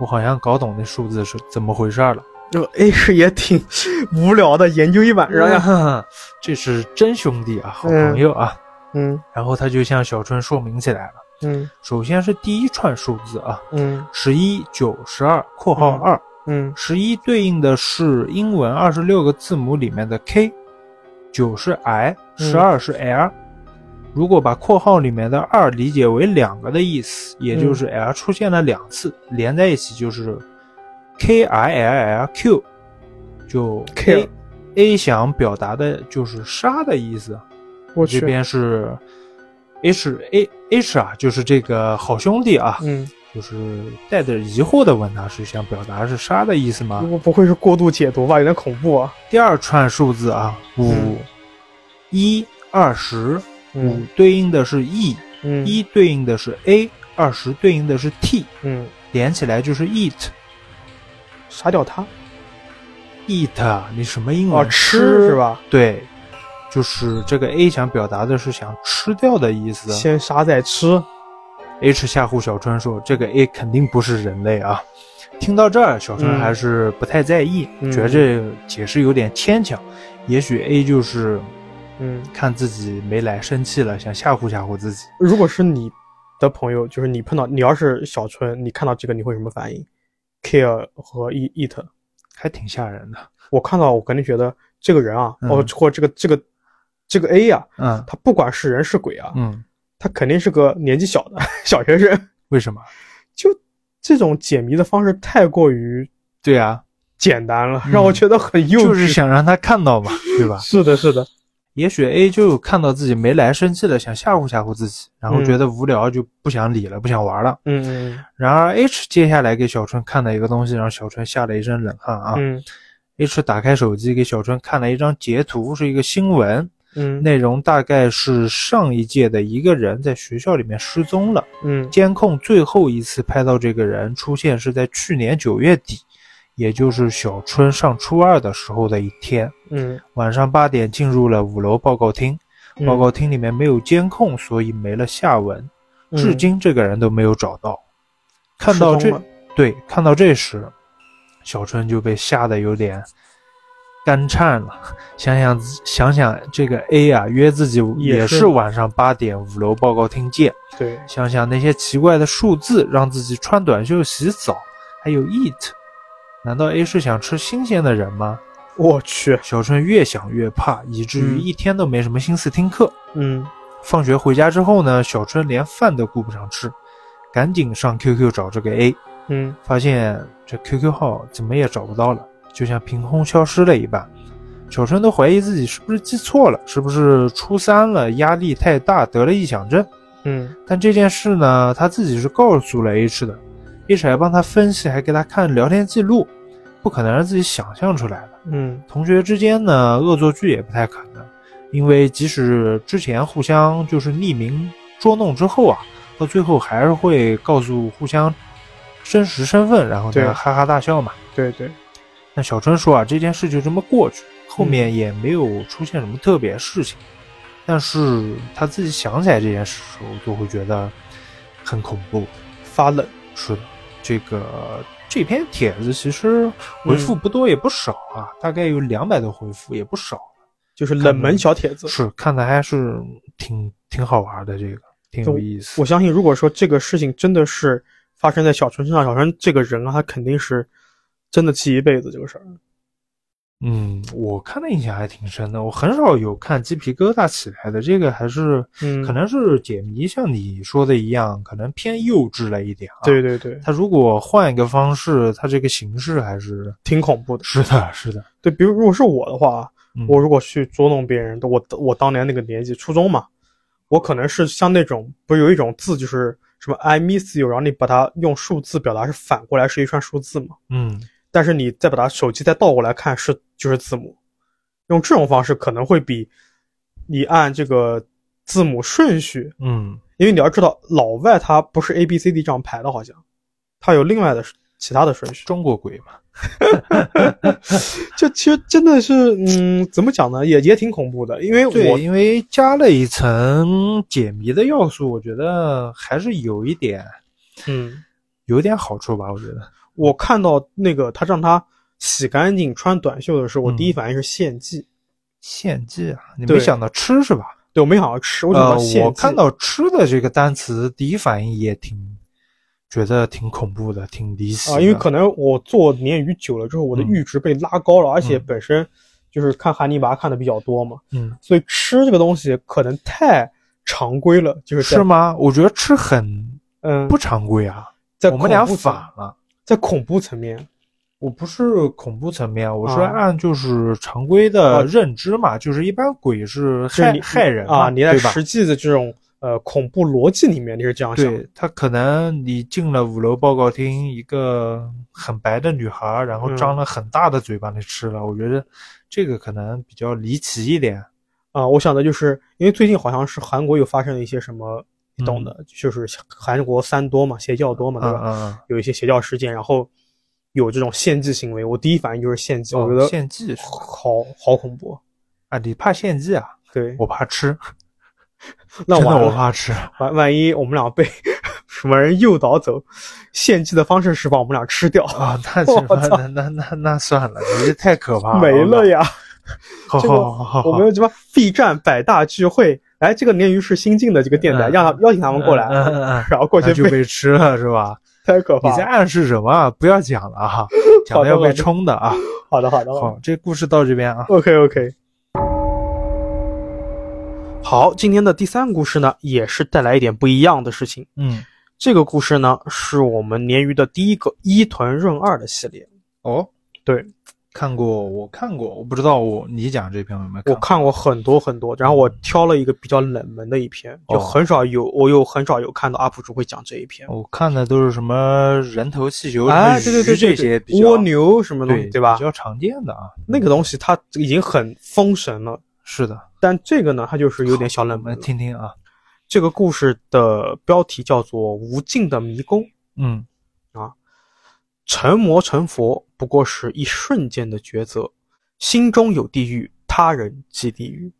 Speaker 2: 我好像搞懂那数字是怎么回事儿了。
Speaker 1: 这个 A 是也挺无聊的，研究一
Speaker 2: (laughs)
Speaker 1: 晚上呀。
Speaker 2: 这是真兄弟啊，好朋友啊。
Speaker 1: 嗯
Speaker 2: 然后他就向小春说明起来了。
Speaker 1: 嗯
Speaker 2: 首先是第一串数字啊，
Speaker 1: 嗯
Speaker 2: 十一九十二（括号
Speaker 1: 嗯
Speaker 2: 二）。
Speaker 1: 嗯
Speaker 2: 十一对应的是英文二十六个字母里面的 K，九是 I，
Speaker 1: 嗯
Speaker 2: 十二是 L。如果把括号里面的二理解为两个的意思，也就是
Speaker 1: 嗯
Speaker 2: L 出现了两次，连在一起就是 K I L L Q，就
Speaker 1: Kill
Speaker 2: A A 想表达的就是杀的意思。啊
Speaker 1: 我
Speaker 2: 这
Speaker 1: 去，
Speaker 2: 边是 H A H 啊，就是这个好兄弟啊，
Speaker 1: 嗯，
Speaker 2: 就是带着疑惑的问他是想表达是杀的意思吗？
Speaker 1: 我不会是过度解读吧？有点恐怖啊。
Speaker 2: 第二串数字啊，五、
Speaker 1: 嗯
Speaker 2: 一、二十，五
Speaker 1: 嗯
Speaker 2: 对应的是 E，
Speaker 1: 嗯
Speaker 2: 一、对应的是 A，二十对应的是 T，
Speaker 1: 嗯，
Speaker 2: 连起来就是 eat
Speaker 1: 杀掉他
Speaker 2: eat，啊你什么英
Speaker 1: 哦
Speaker 2: 文？，
Speaker 1: 吃是？吧？
Speaker 2: 对，就是这个 A 想表达的是想吃掉的嗯意思。
Speaker 1: 先杀再吃。
Speaker 2: H 吓唬小春说：“这个 A 肯定不是人类啊。”听到这儿，小春
Speaker 1: 嗯
Speaker 2: 还是不太在意，
Speaker 1: 嗯
Speaker 2: 觉得这解释有点牵强，也许 A 就是
Speaker 1: 嗯，
Speaker 2: 看自己没来生气了，想吓唬吓唬自己。
Speaker 1: 如果是你的朋友，就是你碰到你要是小春，你看到这个你会什么反应？care 和 e eat，
Speaker 2: 还挺吓人的。
Speaker 1: 我看到我肯定觉得这个人啊，
Speaker 2: 嗯
Speaker 1: 哦或这个这个这个 A 呀、
Speaker 2: 嗯
Speaker 1: 他不管是人是鬼啊，
Speaker 2: 嗯，
Speaker 1: 他肯定是个年纪小的 (laughs) 小学生。
Speaker 2: 为什么？
Speaker 1: 就这种解谜的方式太过于
Speaker 2: 对啊，
Speaker 1: 简单了，
Speaker 2: 嗯
Speaker 1: 让我觉得很幼稚。
Speaker 2: (laughs) 就是想让他看到嘛，对吧
Speaker 1: 是的，是的，
Speaker 2: 也许 A 就看到自己没来，生气了，想吓唬吓唬自己，然后觉得无聊就不想理了，不想玩了。
Speaker 1: 嗯
Speaker 2: 然而 H 接下来给小春看的一个东西，让小春吓了一身冷汗啊。
Speaker 1: 嗯
Speaker 2: H 打开手机给小春看了一张截图，是一个新闻，
Speaker 1: 嗯
Speaker 2: 内容大概是上一届的一个人在学校里面失踪了，
Speaker 1: 嗯
Speaker 2: 监控最后一次拍到这个人出现是在去年九月底，也就是小春上初二的时候的一天。
Speaker 1: 嗯
Speaker 2: 晚上八点进入了五楼报告厅，
Speaker 1: 嗯，
Speaker 2: 报告厅里面没有监控，所以没了下文，
Speaker 1: 嗯
Speaker 2: 至今这个人都没有找到。看到
Speaker 1: 失
Speaker 2: 这
Speaker 1: 踪了，
Speaker 2: 对，看到这时，小春就被吓得有点干颤了。 (laughs) 想想想想，这个 A 啊约自己
Speaker 1: 也
Speaker 2: 也
Speaker 1: 是
Speaker 2: 是晚上八点五楼报告厅见，
Speaker 1: 对，
Speaker 2: 想想那些奇怪的数字，让自己穿短袖洗澡，还有 eat，难道 A 是想吃新鲜的人吗？
Speaker 1: 我去，
Speaker 2: 小春越想越怕，以至于
Speaker 1: 嗯
Speaker 2: 一天都没什么心思听课。
Speaker 1: 嗯
Speaker 2: 放学回家之后呢，小春连饭都顾不上吃，赶紧上 QQ 找这个 A，
Speaker 1: 嗯
Speaker 2: 发现这 QQ 号怎么也找不到了，就像凭空消失了一般。小春都怀疑自己是不是记错了，是不是初三了，压力太大得了臆想症。
Speaker 1: 嗯
Speaker 2: 但这件事呢，他自己是告诉了 H 的，H 还帮他分析，还给他看聊天记录，不可能让自己想象出来的。
Speaker 1: 嗯
Speaker 2: 同学之间呢，恶作剧也不太可能，因为即使之前互相就是匿名捉弄之后啊，到最后还是会告诉互相真实身份，然后
Speaker 1: 对
Speaker 2: 呢哈哈大笑嘛。
Speaker 1: 对对，
Speaker 2: 那小春说啊，这件事就这么过去，后面也没有出现什么特别事情。但是他自己想起来这件事的时候，就会觉得很恐怖。
Speaker 1: 发冷，
Speaker 2: 是的，这个这篇帖子其实回复不多也不少啊，大概有两百多回复，也不少。
Speaker 1: 就是冷门小帖子。
Speaker 2: 是看的还是挺挺好玩的，这个挺有意思。
Speaker 1: 我相信，如果说这个事情真的是发生在小春身上，小春这个人啊，他肯定是真的记一辈子这个事儿。
Speaker 2: 嗯，我看的印象还挺深的，我很少有看鸡皮疙瘩起来的，这个还是
Speaker 1: 嗯，
Speaker 2: 可能是解谜，像你说的一样，可能偏幼稚了一点啊。
Speaker 1: 对，对对，
Speaker 2: 他如果换一个方式，他这个形式还是
Speaker 1: 挺恐怖的。
Speaker 2: 是的，是的。
Speaker 1: 对，比如如果是我的话，啊
Speaker 2: 嗯
Speaker 1: 我如果去捉弄别人，我我当年那个年纪，初中嘛，我可能是像那种，不是有一种字就是什么 I miss you，然后你把它用数字表达是反过来是一串数字嘛，
Speaker 2: 嗯，
Speaker 1: 但是你再把它手机再倒过来看是就是字母，用这种方式可能会比你按这个字母顺序，
Speaker 2: 嗯，
Speaker 1: 因为你要知道老外他不是 A B C D 这样排的，好像他有另外的其他的顺序。
Speaker 2: 中国鬼嘛，
Speaker 1: 就其实真的是，嗯，怎么讲呢，也也挺恐怖的，因为哎我
Speaker 2: 对，因为加了一层解谜的要素，我觉得还是有一点
Speaker 1: 嗯，
Speaker 2: 有一点好处吧。我觉得，
Speaker 1: 我看到那个他让他洗干净穿短袖的时候，我
Speaker 2: 嗯
Speaker 1: 第一反应是献祭，
Speaker 2: 献祭啊，你
Speaker 1: 对
Speaker 2: 没想到吃是吧？
Speaker 1: 对我没想到吃，我想
Speaker 2: 呃
Speaker 1: 到，献祭。
Speaker 2: 我看到吃的这个单词，第一反应也挺觉得挺恐怖的，挺离奇
Speaker 1: 啊、
Speaker 2: 的嗯
Speaker 1: 因为可能我做鲶鱼久了之后，我的阈值被拉高了，而且本身就是看汉尼拔看的比较多嘛，
Speaker 2: 嗯，
Speaker 1: 所以吃这个东西可能太常规了，就是在
Speaker 2: 是吗？我觉得吃很
Speaker 1: 嗯，
Speaker 2: 不常规啊，
Speaker 1: 在
Speaker 2: 我们俩
Speaker 1: 恐怖层
Speaker 2: 反了。
Speaker 1: 在恐怖层面，
Speaker 2: 我不是恐怖层面，我是
Speaker 1: 啊
Speaker 2: 按就是常规
Speaker 1: 啊
Speaker 2: 的认知嘛，就是一般鬼是
Speaker 1: 就是
Speaker 2: 害
Speaker 1: 你
Speaker 2: 害人嘛
Speaker 1: 啊，你在
Speaker 2: 对吧？
Speaker 1: 实际的这种呃恐怖逻辑里面，你是这样想的，
Speaker 2: 对他可能你进了五楼报告厅，一个很白的女孩，然后
Speaker 1: 嗯
Speaker 2: 张了很大的嘴巴你吃了，我觉得这个可能比较离奇一点。
Speaker 1: 啊、我想的就是，因为最近好像是韩国有发生了一些什么，你懂
Speaker 2: 嗯
Speaker 1: 的，就是韩国三多嘛，邪教多嘛，对
Speaker 2: 嗯
Speaker 1: 吧？
Speaker 2: 嗯，
Speaker 1: 有一些邪教事件，然后有这种献祭行为，我第一反应就是献祭，
Speaker 2: 嗯
Speaker 1: 我觉得
Speaker 2: 献祭是吧
Speaker 1: 好好恐怖。
Speaker 2: 啊，你怕献祭啊？
Speaker 1: 对，
Speaker 2: 我怕吃，
Speaker 1: (laughs) 那
Speaker 2: 真的
Speaker 1: 完
Speaker 2: 我
Speaker 1: 了，(laughs)
Speaker 2: 怕吃。啊
Speaker 1: 万万一我们俩被 (laughs) 什么人诱导走，献祭的方式是把我们俩吃掉，
Speaker 2: 啊，那
Speaker 1: 我
Speaker 2: 这
Speaker 1: 操
Speaker 2: 那那那那算了，你这太可怕了，
Speaker 1: 没了
Speaker 2: 呀！
Speaker 1: 呀！
Speaker 2: (laughs) 好
Speaker 1: 这
Speaker 2: 好
Speaker 1: 个
Speaker 2: 好好好，
Speaker 1: 我们什么 B 站百大聚会，哎，这个鲶鱼是新进的这个电台，
Speaker 2: 嗯
Speaker 1: 让他邀请他们过来，
Speaker 2: 嗯嗯嗯
Speaker 1: 然后过
Speaker 2: 那
Speaker 1: 去
Speaker 2: 就
Speaker 1: 被 (laughs)
Speaker 2: 被吃了是吧？
Speaker 1: 太可
Speaker 2: 你
Speaker 1: 怕
Speaker 2: 在
Speaker 1: 了。
Speaker 2: 暗示什么啊？不要讲
Speaker 1: (laughs)
Speaker 2: 了啊，讲的要被冲的啊。
Speaker 1: 好的，好的，好的。
Speaker 2: 好，这故事到这边
Speaker 1: (laughs)
Speaker 2: 啊。
Speaker 1: OK OK。好，今天的第三个故事呢，也是带来一点不一样的事情。
Speaker 2: 嗯，
Speaker 1: 这个故事呢，是我们鲶鱼的第一个伊藤润二的系列。
Speaker 2: 哦，
Speaker 1: 对，
Speaker 2: 看过，我看过，我不知道我你讲这篇有没有
Speaker 1: 我
Speaker 2: 看过？
Speaker 1: 看过很多很多，然后我挑了一个比较冷门的一篇，就
Speaker 2: 哦
Speaker 1: 很少有，我有很少有看到 UP 主会讲这一篇。
Speaker 2: 我看的都是什么人头气球、
Speaker 1: 哎，
Speaker 2: 什
Speaker 1: 对
Speaker 2: 么
Speaker 1: 对对，
Speaker 2: 鱼这
Speaker 1: 对
Speaker 2: 些比
Speaker 1: 对
Speaker 2: 较
Speaker 1: 蜗牛什么东西
Speaker 2: 对
Speaker 1: 对吧
Speaker 2: 比？较常见的啊。
Speaker 1: 那个东西它已经很封神了，
Speaker 2: 是的，
Speaker 1: 但这个呢，它就是有点小冷
Speaker 2: 我
Speaker 1: 门
Speaker 2: 们
Speaker 1: 了。
Speaker 2: 听听啊，
Speaker 1: 这个故事的标题叫做《无尽的迷宫》，
Speaker 2: 嗯
Speaker 1: 成魔成佛不过是一瞬间的抉择，心中有地狱，他人即地狱。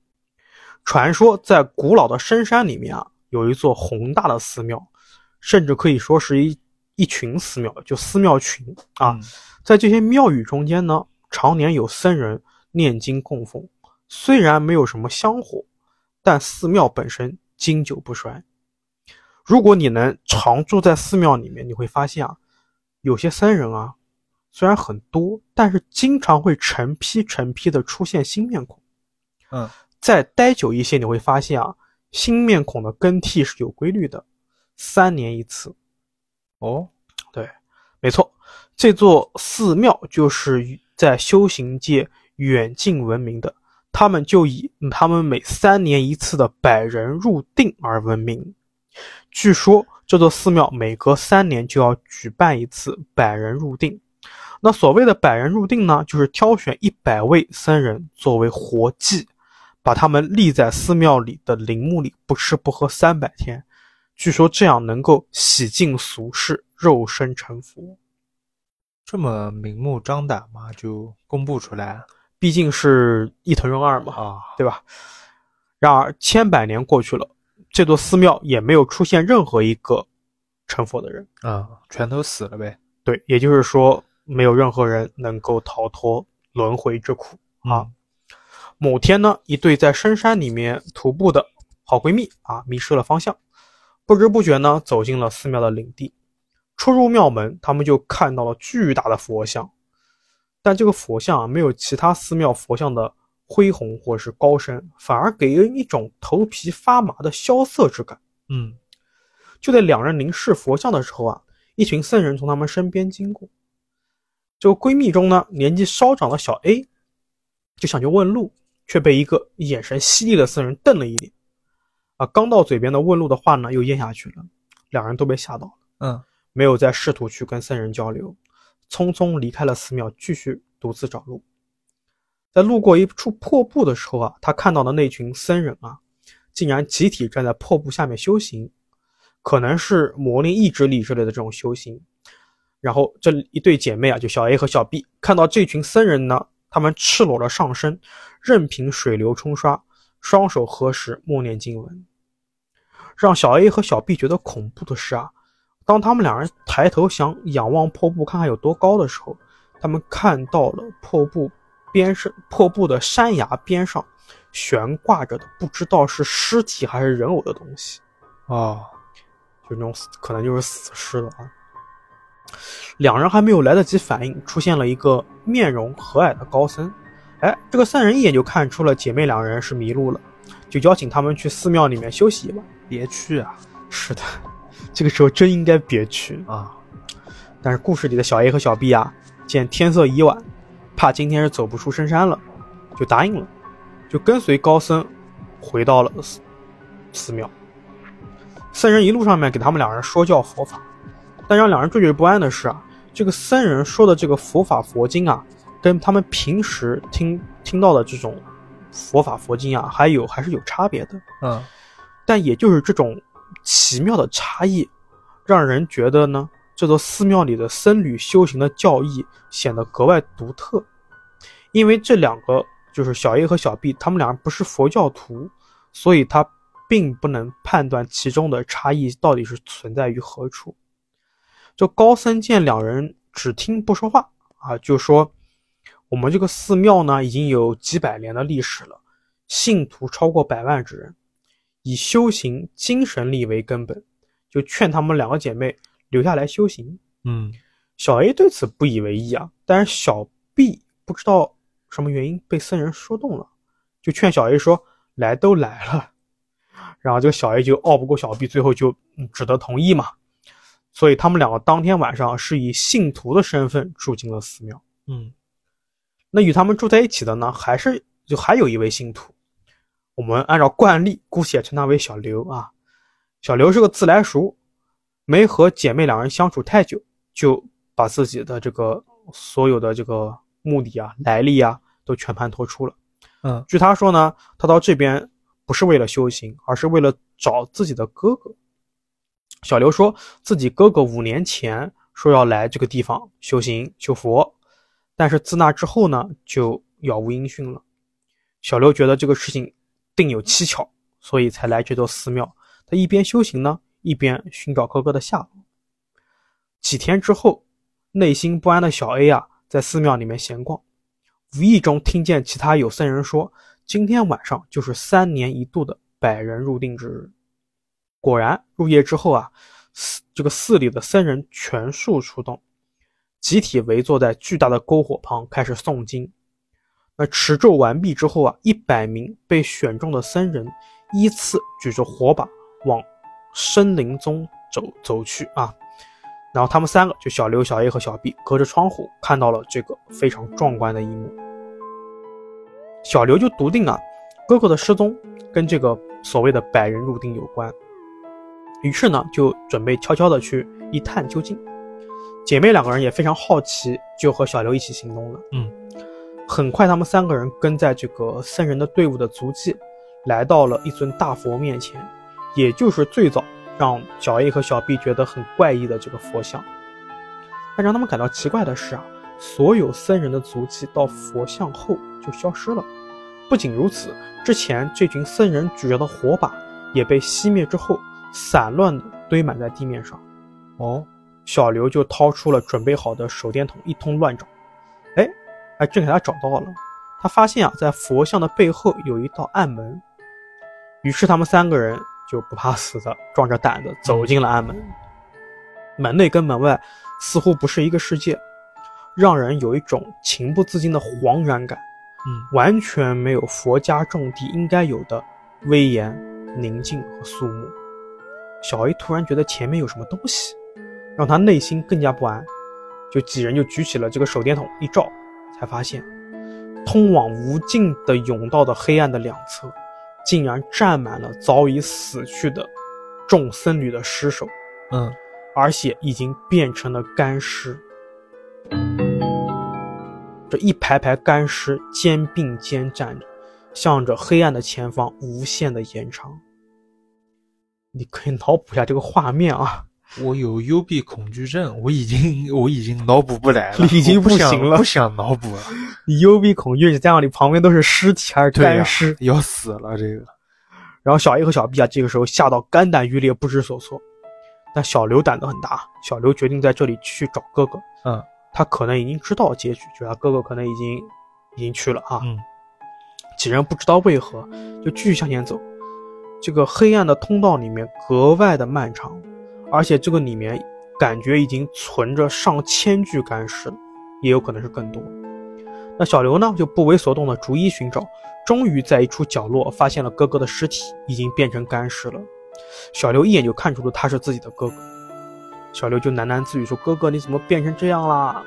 Speaker 1: 传说在古老的深山里面啊，有一座宏大的寺庙，甚至可以说是一一群寺庙，就寺庙群啊。，
Speaker 2: 嗯
Speaker 1: 在这些庙宇中间呢，常年有僧人念经供奉，虽然没有什么香火，但寺庙本身经久不衰。如果你能常住在寺庙里面，你会发现啊，有些僧人啊，虽然很多，但是经常会成批成批的出现新面孔。
Speaker 2: 嗯，
Speaker 1: 再待久一些，你会发现啊，新面孔的更替是有规律的，三年一次。
Speaker 2: 哦，
Speaker 1: 没错，这座寺庙就是在修行界远近闻名的，他们就以嗯他们每三年一次的百人入定而闻名。据说这座寺庙每隔三年就要举办一次百人入定。那所谓的百人入定呢，就是挑选一百位僧人作为活祭，把他们立在寺庙里的陵墓里，不吃不喝三百天。据说这样能够洗净俗世，肉身成佛。
Speaker 2: 这么明目张胆嘛，就公布出来
Speaker 1: 毕竟是伊藤润二嘛，
Speaker 2: 啊，
Speaker 1: 对吧？然而千百年过去了，这座寺庙也没有出现任何一个成佛的人。
Speaker 2: 啊，全都死了呗，
Speaker 1: 对，也就是说，没有任何人能够逃脱轮回之苦。啊
Speaker 2: 嗯，
Speaker 1: 某天呢，一对在深山里面徒步的好闺蜜啊，迷失了方向，不知不觉呢，走进了寺庙的领地。出入庙门，他们就看到了巨大的佛像，但这个佛像啊，没有其他寺庙佛像的恢宏或是高深，反而给人一种头皮发麻的萧瑟之感。
Speaker 2: 嗯，
Speaker 1: 就在两人凝视佛像的时候啊，一群僧人从他们身边经过。这个闺蜜中呢，年纪稍长的小 A 就想去问路，却被一个眼神犀利的僧人瞪了一眼。啊，刚到嘴边的问路的话呢，又咽下去了，两人都被吓到了，
Speaker 2: 嗯，
Speaker 1: 没有再试图去跟僧人交流，匆匆离开了寺庙，继续独自找路。在路过一处破布的时候啊，他看到的那群僧人啊，竟然集体站在破布下面修行，可能是磨练意志力之类的这种修行。然后这一对姐妹啊，就小 A 和小 B，看到这群僧人呢，他们赤裸着上身，任凭水流冲刷，双手合十默念经文。让小 A 和小 B 觉得恐怖的是啊，当他们两人抬头想仰望破布看看有多高的时候，他们看到了破布边上破布的山崖边上悬挂着的不知道是尸体还是人偶的东西。
Speaker 2: 哦，
Speaker 1: 就那种死可能就是死尸了啊。两人还没有来得及反应，出现了一个面容和蔼的高僧。哎，这个僧人一眼就看出了姐妹两人是迷路了，就邀请他们去寺庙里面休息一晚。
Speaker 2: 别去啊
Speaker 1: 是的，这个时候真应该别去。
Speaker 2: 啊，
Speaker 1: 但是故事里的小 A 和小 B 啊，见天色已晚，怕今天是走不出深山了，就答应了，就跟随高僧回到了寺寺庙。僧人一路上面给他们两人说教佛法，但让两人惴惴不安的是啊，这个僧人说的这个佛法佛经啊，跟他们平时听听到的这种佛法佛经啊，还有还是有差别的。
Speaker 2: 嗯，
Speaker 1: 但也就是这种奇妙的差异，让人觉得呢，这座寺庙里的僧侣修行的教义显得格外独特。因为这两个就是小 A 和小 B，他们俩不是佛教徒，所以他并不能判断其中的差异到底是存在于何处。这高僧见两人只听不说话啊，就说：“我们这个寺庙呢，已经有几百年的历史了，信徒超过百万之人。”以修行精神力为根本，就劝她们两个姐妹留下来修行。
Speaker 2: 嗯，
Speaker 1: 小 A 对此不以为意啊，但是小 B 不知道什么原因被僧人说动了，就劝小 A 说：“来都来了。”然后这个小 A 就拗不过小 B，最后就嗯只得同意嘛。所以他们两个当天晚上是以信徒的身份住进了寺庙。
Speaker 2: 嗯，
Speaker 1: 那与他们住在一起的呢，还是就还有一位信徒，我们按照惯例姑且称他为小刘啊。小刘是个自来熟，没和姐妹两人相处太久，就把自己的这个所有的这个目的啊、来历啊，都全盘托出了。
Speaker 2: 嗯，
Speaker 1: 据他说呢，他到这边不是为了修行，而是为了找自己的哥哥。小刘说自己哥哥五年前说要来这个地方修行修佛，但是自那之后呢，就杳无音讯了。小刘觉得这个事情定有蹊跷，所以才来这座寺庙。他一边修行呢，一边寻找哥哥的下落。几天之后，内心不安的小 A 啊，在寺庙里面闲逛，无意中听见其他有僧人说，今天晚上就是三年一度的百人入定之日。果然，入夜之后啊，寺这个寺里的僧人全数出动，集体围坐在巨大的篝火旁开始诵经。那持咒完毕之后啊，一百名被选中的僧人依次举着火把往森林中走走去啊。然后他们三个，就小刘、小 A 和小 B，隔着窗户看到了这个非常壮观的一幕。小刘就笃定啊，哥哥的失踪跟这个所谓的百人入定有关。于是呢，就准备悄悄的去一探究竟。姐妹两个人也非常好奇，就和小刘一起行动了。
Speaker 2: 嗯，
Speaker 1: 很快他们三个人跟在这个僧人的队伍的足迹，来到了一尊大佛面前，也就是最早让小 A 和小 B 觉得很怪异的这个佛像。但让他们感到奇怪的是啊，所有僧人的足迹到佛像后就消失了。不仅如此，之前这群僧人举着的火把也被熄灭之后。散乱的堆满在地面上，
Speaker 2: 哦，
Speaker 1: 小刘就掏出了准备好的手电筒，一通乱找。哎，还真给他找到了。他发现啊，在佛像的背后有一道暗门。于是他们三个人就不怕死的，壮着胆子走进了暗门。门内跟门外似乎不是一个世界，让人有一种情不自禁的惶然感，
Speaker 2: 嗯，
Speaker 1: 完全没有佛家重地应该有的威严、宁静和肃穆。小 A 突然觉得前面有什么东西，让他内心更加不安。就几人就举起了这个手电筒一照，才发现，通往无尽的甬道的黑暗的两侧，竟然站满了早已死去的众僧侣的尸首，
Speaker 2: 嗯，
Speaker 1: 而且已经变成了干尸。这一排排干尸肩并肩站着，向着黑暗的前方无限的延长。你可以脑补一下这个画面啊，
Speaker 2: 我有幽闭恐惧症，我已经我已经脑补不来 (laughs) 了，
Speaker 1: 你已经
Speaker 2: 我不
Speaker 1: 不
Speaker 2: 想
Speaker 1: 行了
Speaker 2: 不想脑补 (laughs) 了，
Speaker 1: 你幽闭恐惧，加上你旁边都是尸体还是
Speaker 2: 对呀
Speaker 1: 干尸，
Speaker 2: 要死了这个，
Speaker 1: 然后小 A 和小 B 啊，这个时候吓到肝胆欲裂，不知所措。但小刘胆子很大，小刘决定在这里去找哥哥。
Speaker 2: 嗯
Speaker 1: 他可能已经知道结局，就他哥哥可能已经已经去了啊。
Speaker 2: 嗯
Speaker 1: 几人不知道为何就继续向前走。这个黑暗的通道里面格外的漫长，而且这个里面感觉已经存着上千具干尸了，也有可能是更多。那小刘呢，就不为所动的逐一寻找，终于在一处角落发现了哥哥的尸体，已经变成干尸了。小刘一眼就看出了他是自己的哥哥，小刘就喃喃自语说：“哥哥，你怎么变成这样啦？”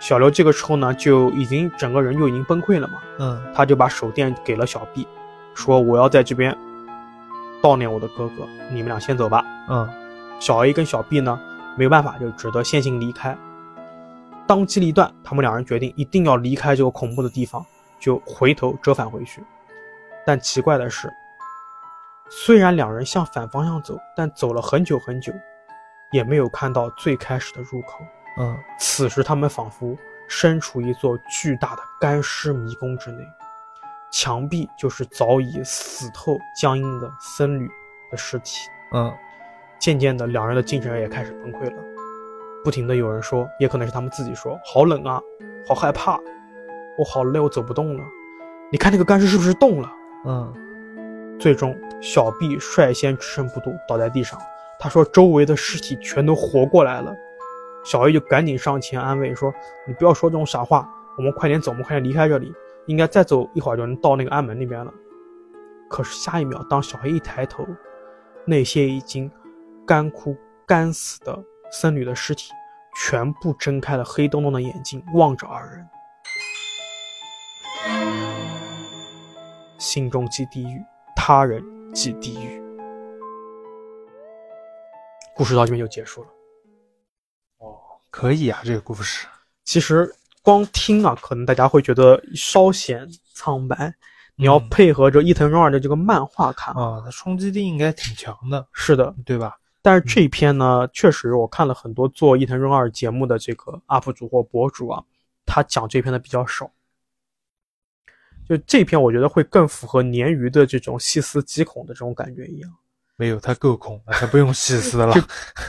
Speaker 1: 小刘这个时候呢，就已经整个人就已经崩溃了嘛，
Speaker 2: 嗯
Speaker 1: 他就把手电给了小 B，说我要在这边悼念我的哥哥，你们俩先走吧。
Speaker 2: 嗯
Speaker 1: 小 A 跟小 B 呢，没有办法，就只得先行离开。当机立断，他们两人决定一定要离开这个恐怖的地方，就回头折返回去。但奇怪的是，虽然两人向反方向走，但走了很久很久，也没有看到最开始的入口。
Speaker 2: 嗯，
Speaker 1: 此时，他们仿佛身处一座巨大的干尸迷宫之内，墙壁就是早已死透僵硬的僧侣的尸体。
Speaker 2: 嗯
Speaker 1: 渐渐的，两人的精神也开始崩溃了。不停的有人说，也可能是他们自己说：“好冷啊，好害怕，我好累，我走不动了。”你看那个干尸是不是动了？
Speaker 2: 嗯，
Speaker 1: 最终，小 B 率先支撑不住，倒在地上。他说：“周围的尸体全都活过来了。”小 A 就赶紧上前安慰说：“你不要说这种傻话，我们快点走，我们快点离开这里，应该再走一会儿就能到那个暗门那边了。”可是下一秒，当小 A 一抬头，那些已经干枯干死的僧侣的尸体全部睁开了黑洞洞的眼睛，望着二人。心中即地狱，他人即地狱。故事到这边就结束了。
Speaker 2: 可以啊，这个故事。
Speaker 1: 其实光听啊，可能大家会觉得稍显苍白。你要
Speaker 2: 嗯
Speaker 1: 配合着伊藤润二的这个漫画看，
Speaker 2: 啊，它冲击力应该挺强的，
Speaker 1: 是的。
Speaker 2: 对吧？
Speaker 1: 但是
Speaker 2: 嗯
Speaker 1: 这篇呢，确实我看了很多做伊藤润二节目的这个 UP 主或博主啊，他讲这篇的比较少。就这篇，我觉得会更符合鲶鱼的这种细思极恐的这种感觉一样，
Speaker 2: 没有，它够恐了，它不用细思了，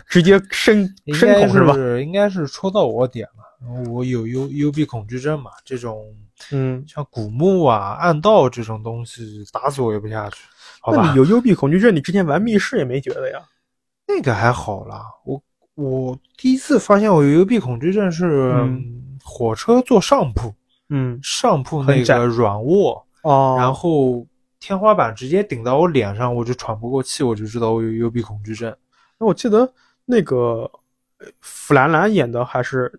Speaker 1: 直接深
Speaker 2: 应
Speaker 1: 深
Speaker 2: 该
Speaker 1: 恐是吧？
Speaker 2: 是应该是戳到我点了。我有幽幽闭恐惧症嘛，这种
Speaker 1: 嗯，
Speaker 2: 像古墓啊、暗道这种东西，打死我也不下去，好
Speaker 1: 那
Speaker 2: 吧
Speaker 1: 你？有幽闭恐惧症，你之前玩密室也没觉得呀？
Speaker 2: 那个还好啦，我我第一次发现我有幽闭恐惧症是、
Speaker 1: 嗯
Speaker 2: 火车坐上铺，
Speaker 1: 嗯，
Speaker 2: 上铺
Speaker 1: 很
Speaker 2: 那
Speaker 1: 窄
Speaker 2: 个软卧，
Speaker 1: 哦，
Speaker 2: 然后天花板直接顶到我脸上，我就喘不过气，我就知道我有幽闭恐惧症。
Speaker 1: 那我记得那个呃弗兰兰演的还是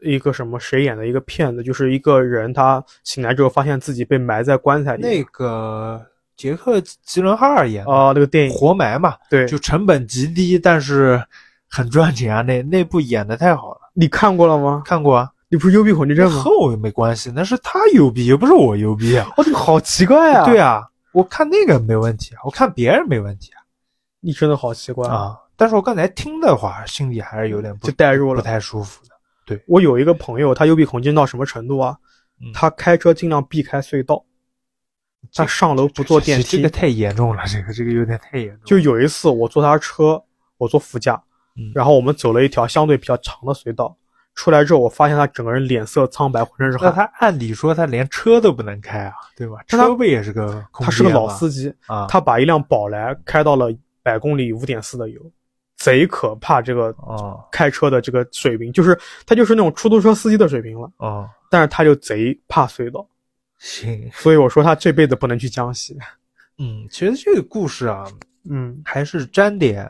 Speaker 1: 一个什么谁演的一个片子，就是一个人他醒来之后发现自己被埋在棺材里。
Speaker 2: 那个杰克·吉伦哈尔演的
Speaker 1: 哦，那个电影
Speaker 2: 活埋嘛，
Speaker 1: 对，
Speaker 2: 就成本极低，但是很赚钱啊。那那部演的太好了，
Speaker 1: 你看过了吗？
Speaker 2: 看过啊？
Speaker 1: 你不是幽闭恐惧症吗？
Speaker 2: 和我又没关系，那是他牛逼，又不是我牛逼啊。
Speaker 1: 哦，这个好奇怪啊！
Speaker 2: (laughs) 对，啊，我看那个没问题啊，我看别人没问题啊。
Speaker 1: 你真的好奇怪！
Speaker 2: 啊，但是我刚才听的话，心里还是有点不
Speaker 1: 就代入
Speaker 2: 不
Speaker 1: 了。
Speaker 2: 太舒服的。
Speaker 1: 我有一个朋友，他幽闭恐惧症到什么程度啊？
Speaker 2: 嗯
Speaker 1: 他开车尽量避开隧道，他上楼不坐电
Speaker 2: 这这
Speaker 1: 梯
Speaker 2: 个。太严重了，这个这个有点太严重了。
Speaker 1: 就有一次我坐他车，我坐副驾
Speaker 2: 嗯，
Speaker 1: 然后我们走了一条相对比较长的隧道，出来之后我发现他整个人脸色苍白，浑身是
Speaker 2: 那
Speaker 1: 汗。
Speaker 2: 他按理说他连车都不能开啊，对吧？
Speaker 1: 但他
Speaker 2: 车位也是个空
Speaker 1: 他是个
Speaker 2: 间
Speaker 1: 老
Speaker 2: 嘛
Speaker 1: 司机，
Speaker 2: 啊，
Speaker 1: 他把一辆宝来开到了百公里五点四的油，贼可怕！这个
Speaker 2: 嗯
Speaker 1: 开车的这个水平，就是他就是那种出租车司机的水平了，
Speaker 2: 嗯，
Speaker 1: 但是他就贼怕隧道，
Speaker 2: 行，
Speaker 1: 所以我说他这辈子不能去江西。
Speaker 2: (laughs) 嗯，其实这个故事啊，
Speaker 1: 嗯，
Speaker 2: 还是沾点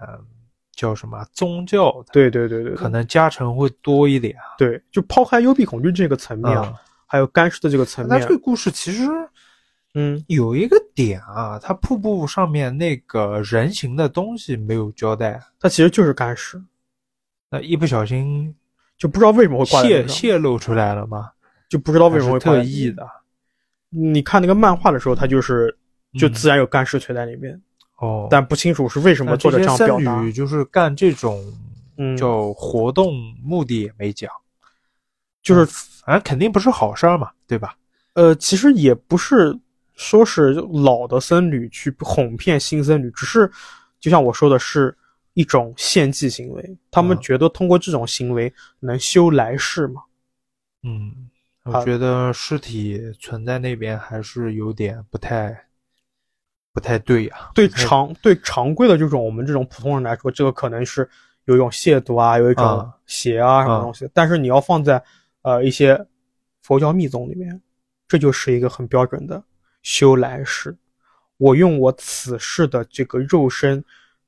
Speaker 2: 叫什么啊宗教的，
Speaker 1: 对对对对，对
Speaker 2: 可能加成会多一点啊。
Speaker 1: 对，就抛开幽闭恐惧这个层面，
Speaker 2: 嗯
Speaker 1: 啊，还有干尸的这个层
Speaker 2: 那
Speaker 1: 面
Speaker 2: 这，个故事其实
Speaker 1: 嗯，
Speaker 2: 有一个点啊，它瀑布上面那个人形的东西没有交代，
Speaker 1: 它其实就是干尸。
Speaker 2: 那一不小心
Speaker 1: 就不知道为什么会挂在
Speaker 2: 泄
Speaker 1: 脸上，
Speaker 2: 泄露出来了吗？
Speaker 1: 就不知道为什么会
Speaker 2: 还是
Speaker 1: 挂在
Speaker 2: 特
Speaker 1: 脸上
Speaker 2: 意。的？
Speaker 1: 你看那个漫画的时候，它就是就自然有干尸垂在里面，
Speaker 2: 嗯哦，
Speaker 1: 但不清楚是为什么
Speaker 2: 那
Speaker 1: 作者这样表
Speaker 2: 些
Speaker 1: 达
Speaker 2: 僧。侣就是干这种
Speaker 1: 嗯，
Speaker 2: 叫活动目的也没讲，
Speaker 1: 就是
Speaker 2: 反正肯定不是好事儿嘛，对吧？
Speaker 1: 呃，其实也不是说是老的僧侣去哄骗新僧侣，只是就像我说的是一种献祭行为，他们
Speaker 2: 嗯
Speaker 1: 觉得通过这种行为能修来世嘛。
Speaker 2: 嗯，
Speaker 1: 好
Speaker 2: 我觉得尸体存在那边还是有点不太不太对呀、
Speaker 1: 对
Speaker 2: 不太
Speaker 1: 常对常规的这种我们这种普通人来说，这个可能是有一种亵渎啊，有一种
Speaker 2: 啊
Speaker 1: 邪啊、什么
Speaker 2: 啊
Speaker 1: 东西。但是你要放在呃一些佛教密宗里面，这就是一个很标准的修来世。我用我此世的这个肉身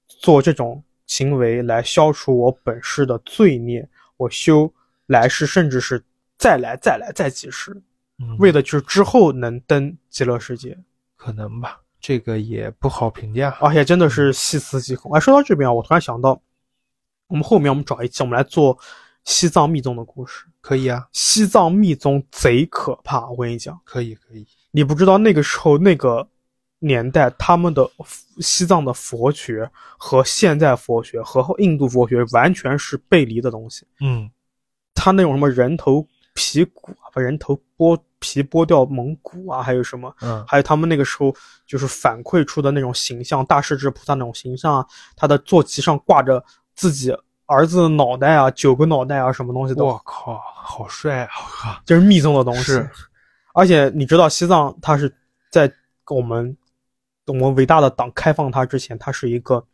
Speaker 1: 做这种行为来消除我本世的罪孽，我修来世，甚至是再来再来再几世，
Speaker 2: 嗯
Speaker 1: 为的就是之后能登极乐世界。
Speaker 2: 可能吧，这个也不好评价。
Speaker 1: 而且真的是细思极恐。哎，说到这边啊，我突然想到，我们后面我们找一期，我们来做西藏密宗的故事。
Speaker 2: 可以啊，
Speaker 1: 西藏密宗贼可怕，我跟你讲，
Speaker 2: 可以，可以。
Speaker 1: 你不知道那个时候那个年代他们的西藏的佛学和现代佛学和印度佛学完全是背离的东西。
Speaker 2: 嗯，
Speaker 1: 他那种什么人头皮骨啊，把人头剥皮剥掉蒙古啊，还有什么
Speaker 2: 嗯
Speaker 1: 还有他们那个时候就是反馈出的那种形象，大势至菩萨那种形象啊，他的坐骑上挂着自己儿子的脑袋啊，九个脑袋啊，什么东西的，
Speaker 2: 我靠，好帅啊！
Speaker 1: 就是密宗的东西。
Speaker 2: 是，
Speaker 1: 而且你知道西藏它是在我们我们伟大的党开放它之前，它是一个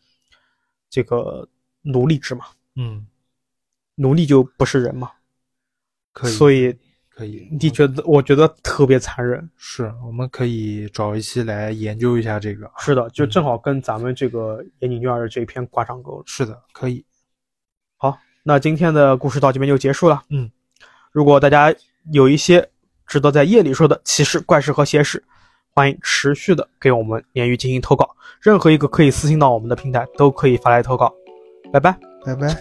Speaker 1: 这个奴隶制嘛，
Speaker 2: 嗯，
Speaker 1: 奴隶就不是人嘛，
Speaker 2: 可以，嗯
Speaker 1: 所以
Speaker 2: 可以。嗯
Speaker 1: 你觉得我觉得特别残忍。
Speaker 2: 是，我们可以找一期来研究一下这个。
Speaker 1: 是的，就正好跟咱们这个岩井俊二的这一篇挂上钩了。
Speaker 2: 是的，可以。
Speaker 1: 好，那今天的故事到这边就结束了。
Speaker 2: 嗯，
Speaker 1: 如果大家有一些知道在夜里说的奇事、怪事和邪事，欢迎持续的给我们鲶鱼进行投稿，任何一个可以私信到我们的平台都可以发来投稿。拜拜。
Speaker 3: 拜拜。